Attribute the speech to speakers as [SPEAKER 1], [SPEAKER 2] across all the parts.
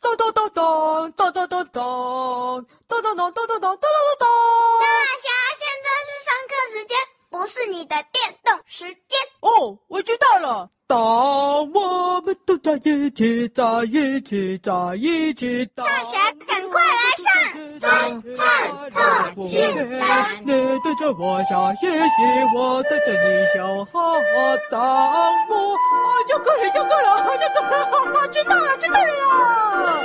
[SPEAKER 1] 咚咚咚咚咚咚咚咚咚咚咚咚咚咚咚咚咚。
[SPEAKER 2] 大侠，现在是上课时间，不是你的电动时间。
[SPEAKER 1] 哦，我知道了。当我们都在一起，在一起，在一起。大
[SPEAKER 2] 侠赶快来上
[SPEAKER 1] 侦
[SPEAKER 2] 探特训班
[SPEAKER 1] 你对着我笑嘻嘻，我对着你笑哈哈。当我啊，就够了，就够了，啊就够了，啊知道了，知道了啦。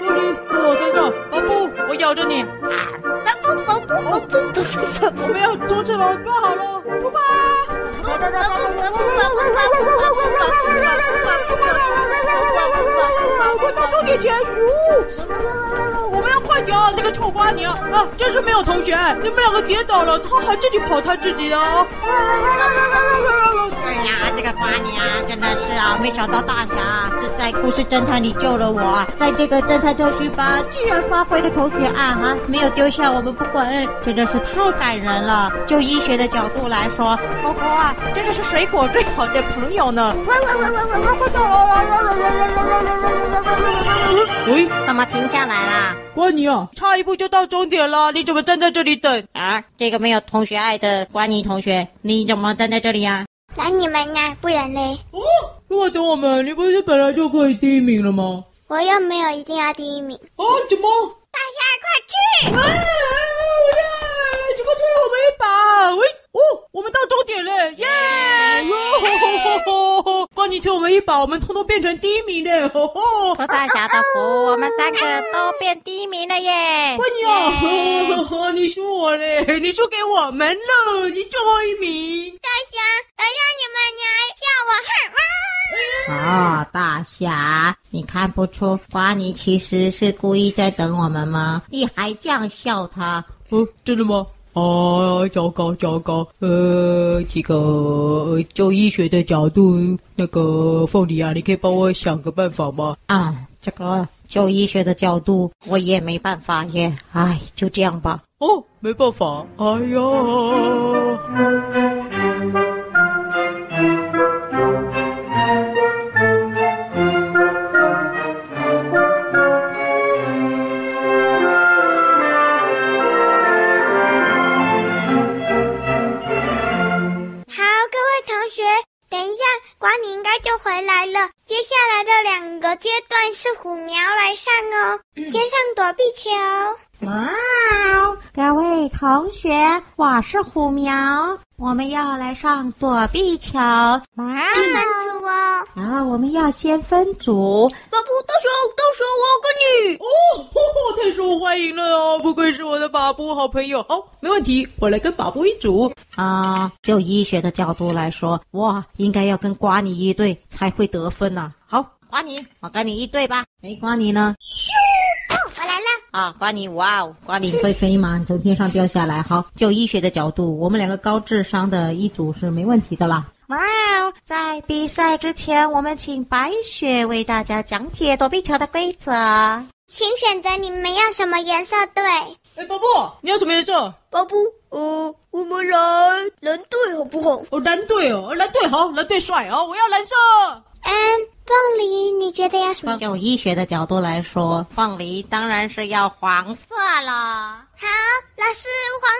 [SPEAKER 1] 狐狸，到我身上！啊不，我咬着你！我们要捉这老抓好了，出发！快到终点前，咻！我们要快点啊！那个臭瓜娘啊，真是没有同学，你们两个跌倒了，他还自己跑他自己的啊！
[SPEAKER 3] 对呀、这个瓜你啊，真的是啊，没想到大侠啊是在故事侦探里救了我啊，在这个侦探教训吧，居然发挥了同学案啊，没有丢下我们不管，真的是太感人了。就医学的角度来说，狗狗啊，真的是水果最好的朋友呢。
[SPEAKER 1] 喂，
[SPEAKER 3] 怎么停下来啦？
[SPEAKER 1] 瓜娘，差一步就到终点了，你怎么站在这里等？
[SPEAKER 3] 啊，这个没有同学爱的瓜尼同学，你怎么站在这里呀、
[SPEAKER 2] 来你们呀，不然嘞，
[SPEAKER 1] 哦，干嘛等我们？你不是本来就可以第一名了吗？
[SPEAKER 2] 我又没有一定要第一名。
[SPEAKER 1] 啊，怎么？
[SPEAKER 2] 大侠，快去！
[SPEAKER 1] 哎，怎么推我们一把？喂，哦，我们到终点了，耶！关你推我们一把，我们通通变成第一名了，吼吼！
[SPEAKER 4] 托大侠的福，我们三个都变第一名了耶！
[SPEAKER 1] 关你哦，你输我嘞，你输给我们了，你最后一名。
[SPEAKER 2] 大侠，我要你们呀，叫我喊妈。
[SPEAKER 3] 哦，大侠，你看不出瓜尼其实是故意在等我们吗？你还这样笑他？
[SPEAKER 1] 哦，真的吗？哦，糟糕糟糕，呃，这个呃就医学的角度，那个凤梨啊，你可以帮我想个办法吗？
[SPEAKER 3] 啊，这个就医学的角度，我也没办法耶。唉，就这样吧。
[SPEAKER 1] 哦，没办法，哎呀！
[SPEAKER 2] 好，各位同学，等一下，瓜你应该就回来了。接下来的两个阶段是虎苗来上哦，先上躲避球。
[SPEAKER 3] 哇，各位同学，我是虎苗，我们要来上躲避球。哇，
[SPEAKER 2] 一分组哦，
[SPEAKER 3] 然后我们要先分组，
[SPEAKER 2] 宝布，到手到手，我要跟你。
[SPEAKER 1] 哦，太受欢迎了哦！不愧是我的把布好朋友。哦，没问题，我来跟把布一组。
[SPEAKER 3] 啊、就医学的角度来说，哇，应该要跟瓜尼一队才会得分呐、好，瓜尼，我跟你一队吧。哎，瓜尼呢？
[SPEAKER 2] 哦，我来了。
[SPEAKER 3] 啊，瓜尼，哇哦，瓜尼会飞吗？你从天上掉下来。好，就医学的角度，我们两个高智商的一组是没问题的啦。
[SPEAKER 4] 哇哦！在比赛之前，我们请白雪为大家讲解躲避球的规则。
[SPEAKER 2] 请选择你们要什么颜色队。
[SPEAKER 1] 哎，宝布，你要什么颜色？
[SPEAKER 2] 宝布，呃，我们来蓝队好不好？
[SPEAKER 1] 哦，蓝队哦，蓝队好，蓝队帅哦，我要蓝色。
[SPEAKER 2] 嗯，凤梨，你觉得要什么？
[SPEAKER 3] 就医学的角度来说，凤梨当然是要黄色了。
[SPEAKER 2] 好，老师，黄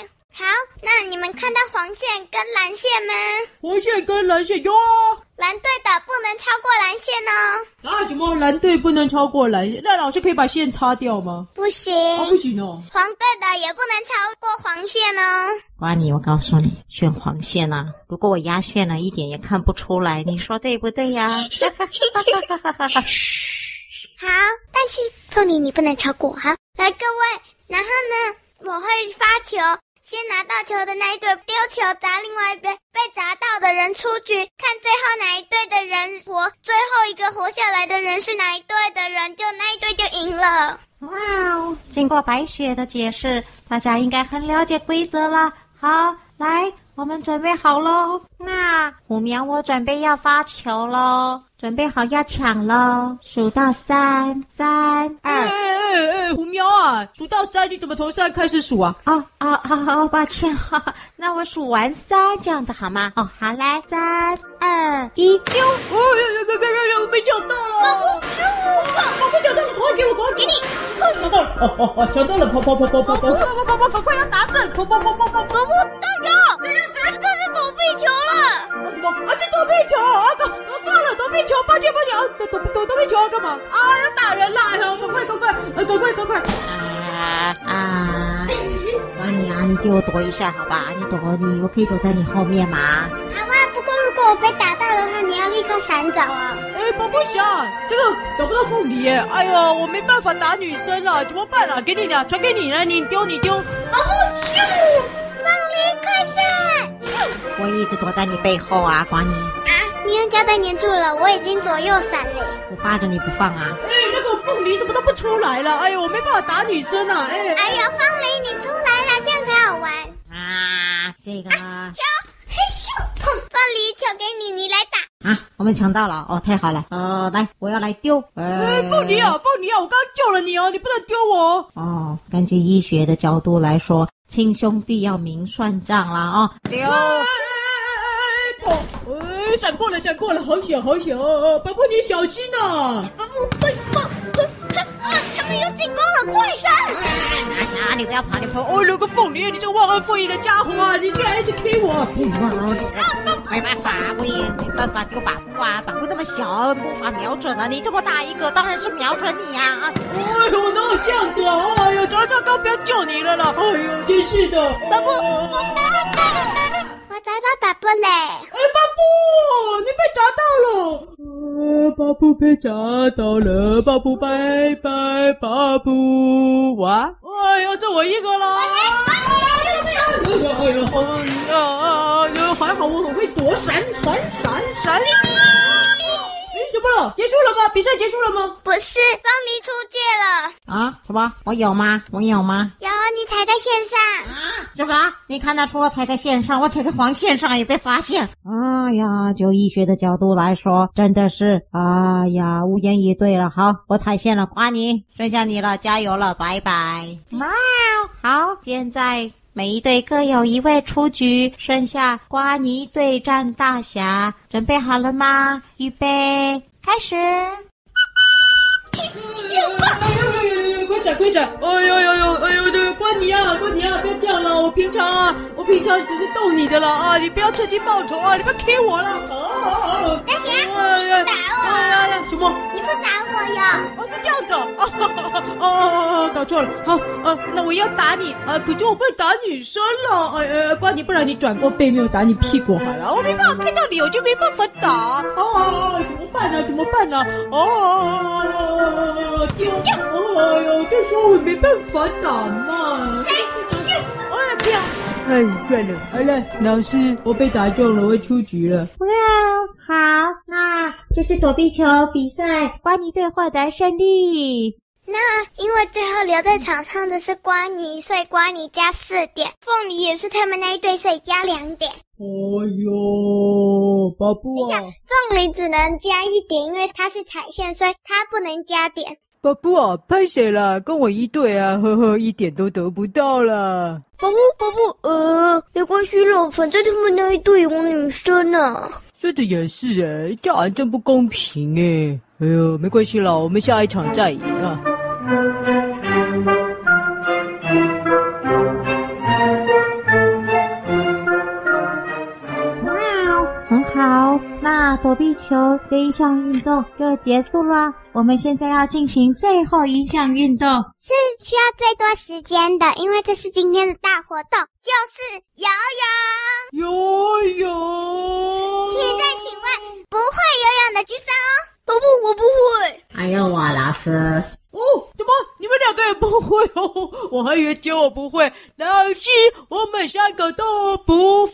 [SPEAKER 2] 队。好，那你们看到黄线跟蓝线吗？
[SPEAKER 1] 红线跟蓝线哟。
[SPEAKER 2] 蓝队的不能超过蓝线哦，
[SPEAKER 1] 啊，什么蓝队不能超过蓝线？那老师可以把线擦掉吗？
[SPEAKER 2] 不行。
[SPEAKER 1] 啊，不行哦。
[SPEAKER 2] 黄队的也不能超过黄线哦。
[SPEAKER 3] 瓜尼，我告诉你，选黄线呐、如果我压线了一点也看不出来，你说对不对呀？
[SPEAKER 2] 好，但是凤梨你不能超过哈。来，各位，然后呢，我会发球，先拿到球的那一队丢球砸另外一边，被砸到的人出局，看最后哪一队的人活，最后一个活下来的人是哪一队的人，就那一队就赢了。
[SPEAKER 4] 哇哦！
[SPEAKER 3] 经过白雪的解释，大家应该很了解规则啦。好，来，我们准备好喽。那虎苗，我准备要发球喽，准备好要抢喽。数到三，三
[SPEAKER 4] 嗯
[SPEAKER 1] 哎
[SPEAKER 3] 二，
[SPEAKER 1] 哎哎，虎喵啊，数到三，你怎么从三开始数啊？
[SPEAKER 3] 哦哦哦哦，抱歉哈、哈那我数完三，这样子好吗？哦，好，来，三二一，
[SPEAKER 1] 哎哦，别别别别别，我被抢到了。
[SPEAKER 2] 输了，
[SPEAKER 1] 我被哦哦哦，想到了，跑跑跑跑跑跑！
[SPEAKER 3] 跑跑跑跑，快要打正！跑跑跑跑跑
[SPEAKER 2] 伯伯，大哥，这是躲避球了！
[SPEAKER 1] 我啊，这躲避球啊，搞搞错了，躲避球，抱歉抱歉啊，躲躲躲躲避球要干嘛？啊，要打人啦！啊赶快赶快，啊赶快赶快！
[SPEAKER 3] 啊啊！那你啊，你给我躲一下好吧？你躲你，我可以躲在你后面吗？
[SPEAKER 2] 好吧，不过如果我被打到的话，你要立刻闪走啊！
[SPEAKER 1] 哎，宝宝侠，这个找不到凤梨耶！哎呀，我没办法打女生了，怎么办啊？给你俩，传给你了，你丢你丢。
[SPEAKER 2] 伯伯，咻，放离快闪！咻
[SPEAKER 3] 我一直躲在你背后啊，瓜你，
[SPEAKER 2] 啊，你用胶带粘住了，我已经左右闪了。
[SPEAKER 3] 我扒着你不放啊！
[SPEAKER 1] 哎，那个凤梨怎么都不出来了？哎呀，我没办法打女生啊！哎，
[SPEAKER 2] 哎呀，方离，你出来啦，这样才好玩。
[SPEAKER 3] 啊，这个啊，
[SPEAKER 2] 球，嘿咻，砰！放离球给你，你来打。
[SPEAKER 3] 我们抢到了哦，太好了！呃，来，我要来丢。
[SPEAKER 1] 哎，凤梨啊，凤梨啊，我刚刚救了你哦，你不能丢我哦。
[SPEAKER 3] 哦，根据医学的角度来说，亲兄弟要明算账啦哦。丢
[SPEAKER 1] 哎哎哎哎哎哎哎！哎，闪过了，闪过了，好险，好险哦！宝宝，你小心呐！
[SPEAKER 2] 伯伯，快跑！啊，他们又进攻了，快闪！
[SPEAKER 3] 啊啊！你不要跑，你不要
[SPEAKER 1] 哦，那个凤梨，你这忘恩负义的家伙啊！你居然一直 K 我！
[SPEAKER 3] 没办法，我也没办法丢靶布啊，靶布那么小，无法瞄准啊。你这么大一个，当然是瞄准你呀、啊。
[SPEAKER 1] 哎呦，哪有这样子啊！哎呦，早知道刚不要救你了啦！哎呦，真是的。
[SPEAKER 2] 伯伯，伯伯，我找到宝宝嘞！
[SPEAKER 1] 哎，巴布，你被砸到了！呃，巴布被砸到了，巴布拜拜，巴布哇！哎呦，是我一个啦！哎呦哎呦，嗯啊啊！呃还好我很会躲闪闪闪闪。哎，怎么了？结束了吗？比赛结束了吗？
[SPEAKER 2] 不是，方离出界了。
[SPEAKER 3] 啊，什么？我有吗？我有吗？
[SPEAKER 2] 有，你踩在线上。
[SPEAKER 3] 什么？你看他说我踩在线上，我踩在黄线上也被发现。哎呀，就医学的角度来说，真的是，哎呀，无言以对了。好，我踩线了，夸你，剩下你了，加油了，拜拜。
[SPEAKER 4] 哇哦！好，现在每一队各有一位出局，剩下瓜尼对战大侠。准备好了吗？预备，开始！
[SPEAKER 1] 哎呦呦呦呦！快闪快闪！哎呦呦呦！哎呦对，关你啊关你啊！不要这样了，我平常啊，我平常只是逗你的了啊，你不要趁机报仇啊，你不要 K 我了。哦哦哦！
[SPEAKER 2] 大侠
[SPEAKER 1] 哎
[SPEAKER 2] 你打我
[SPEAKER 1] 哎呀什么？
[SPEAKER 2] 你不打我呀？
[SPEAKER 1] 哦是这样子哦哦哦哦哦！搞错了。好呃，那我要打你啊，可是我不会打女生了。哎哎，关你，不然你转过背面我打你屁股好了。我没办法看到你，我就没办法打。哦哦哦！怎么办呢？怎么办呢？哦哦哦哦！丢！哦哟，这时候我没办法打嘛。哎，不要！哎，算了，好了，老师，我被打中了，我出局了。
[SPEAKER 4] 哇哦！好，那这是躲避球比赛，瓜尼队获得胜利。
[SPEAKER 2] 那因为最后留在场上的是瓜尼，所以瓜尼加四点，凤梨也是他们那一队，所以加两点。
[SPEAKER 1] 哦哟，巴布啊！
[SPEAKER 2] 凤梨只能加一点，因为它是踩线，所以它不能加点。
[SPEAKER 1] 巴布啊，拍谁啦？跟我一队啊，呵呵，一点都得不到啦。
[SPEAKER 2] 伯伯，伯伯，呃，没关系了，反正他们那一队有女生呢。
[SPEAKER 1] 说的也是欸诶、这样真不公平诶、哎呦，没关系啦，我们下一场再赢啊。
[SPEAKER 4] 哇哦，很好。那躲避球这一项运动就结束了。我们现在要进行最后一项运动，
[SPEAKER 2] 是需要最多时间的，因为这是今天的大活动，就是游泳。
[SPEAKER 1] 游泳，
[SPEAKER 2] 现在请问不会游泳的举手哦。伯伯，我不会。
[SPEAKER 3] 还有我老师，
[SPEAKER 1] 哦，怎么你们两个也不会哦？我还以为只有我不会。老师，我们三个都不会。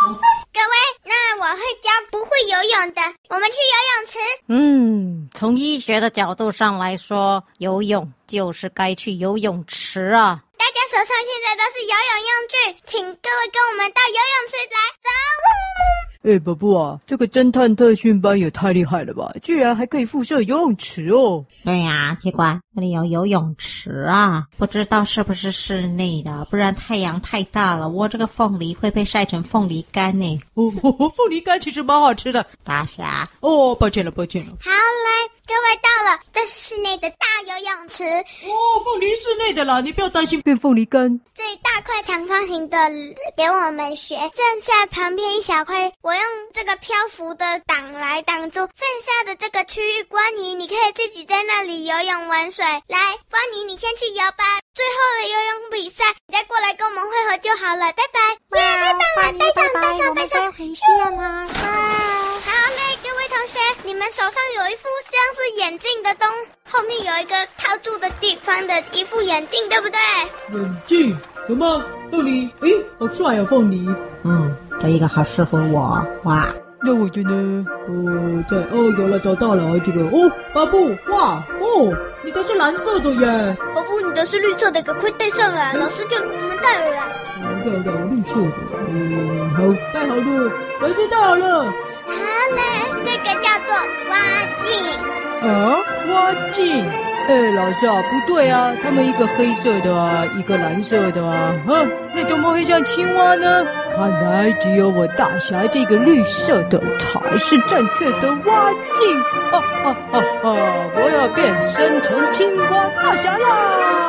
[SPEAKER 2] 各位，那我会教不会游泳的，我们去游泳池。
[SPEAKER 3] 嗯，从医学的角度上来说，游泳就是该去游泳池啊。
[SPEAKER 2] 大家手上现在都是游泳用具，请各位跟我们到游泳池来走。
[SPEAKER 1] 哎，宝布啊，这个侦探特训班也太厉害了吧！居然还可以附设游泳池哦。
[SPEAKER 3] 对呀、铁管那里有游泳池啊，不知道是不是室内的，不然太阳太大了，我这个凤梨会被晒成凤梨干呢。
[SPEAKER 1] 哦，凤梨干其实蛮好吃的。
[SPEAKER 3] 大侠，
[SPEAKER 1] 哦，抱歉了，抱歉了。
[SPEAKER 2] 好，来，各位到了，这这是室内的大游泳池，
[SPEAKER 1] 哦，凤梨室内的啦，你不要担心变凤梨干。
[SPEAKER 2] 最大块长方形的给我们学，剩下旁边一小块，我用这个漂浮的挡来挡住，剩下的这个区域，关尼你可以自己在那里游泳玩水。来，关尼你先去游吧，最后的游泳比赛你再过来跟我们会合就好了，拜拜。耶，太棒了，带上带上带上，
[SPEAKER 4] 回见啦！
[SPEAKER 2] 好嘞，各位同学，你们手上有一副像是眼镜的东，后面有一个套住的地方的一副眼镜，对不对？
[SPEAKER 1] 眼镜有吗？凤梨，诶，好帅啊，凤梨。
[SPEAKER 3] 嗯，这一个好适合我哇！
[SPEAKER 1] 那我觉得，哦，在哦，有了，找到了这个哦，巴布，哇，哦，你的是蓝色的耶，
[SPEAKER 2] 伯伯，你的是绿色的，赶快戴上来，老师叫我们戴了啦。
[SPEAKER 1] 好漂亮，绿色的，嗯，好，太好了，老师太好了。
[SPEAKER 2] 好嘞，这个叫做蛙镜。
[SPEAKER 1] 啊，蛙镜，哎，老师啊，不对啊，他们一个黑色的啊，一个蓝色的啊，啊，那怎么会像青蛙呢？看来只有我大侠这个绿色的才是正确的蛙镜，啊啊啊啊！我要变身成青蛙大侠啦！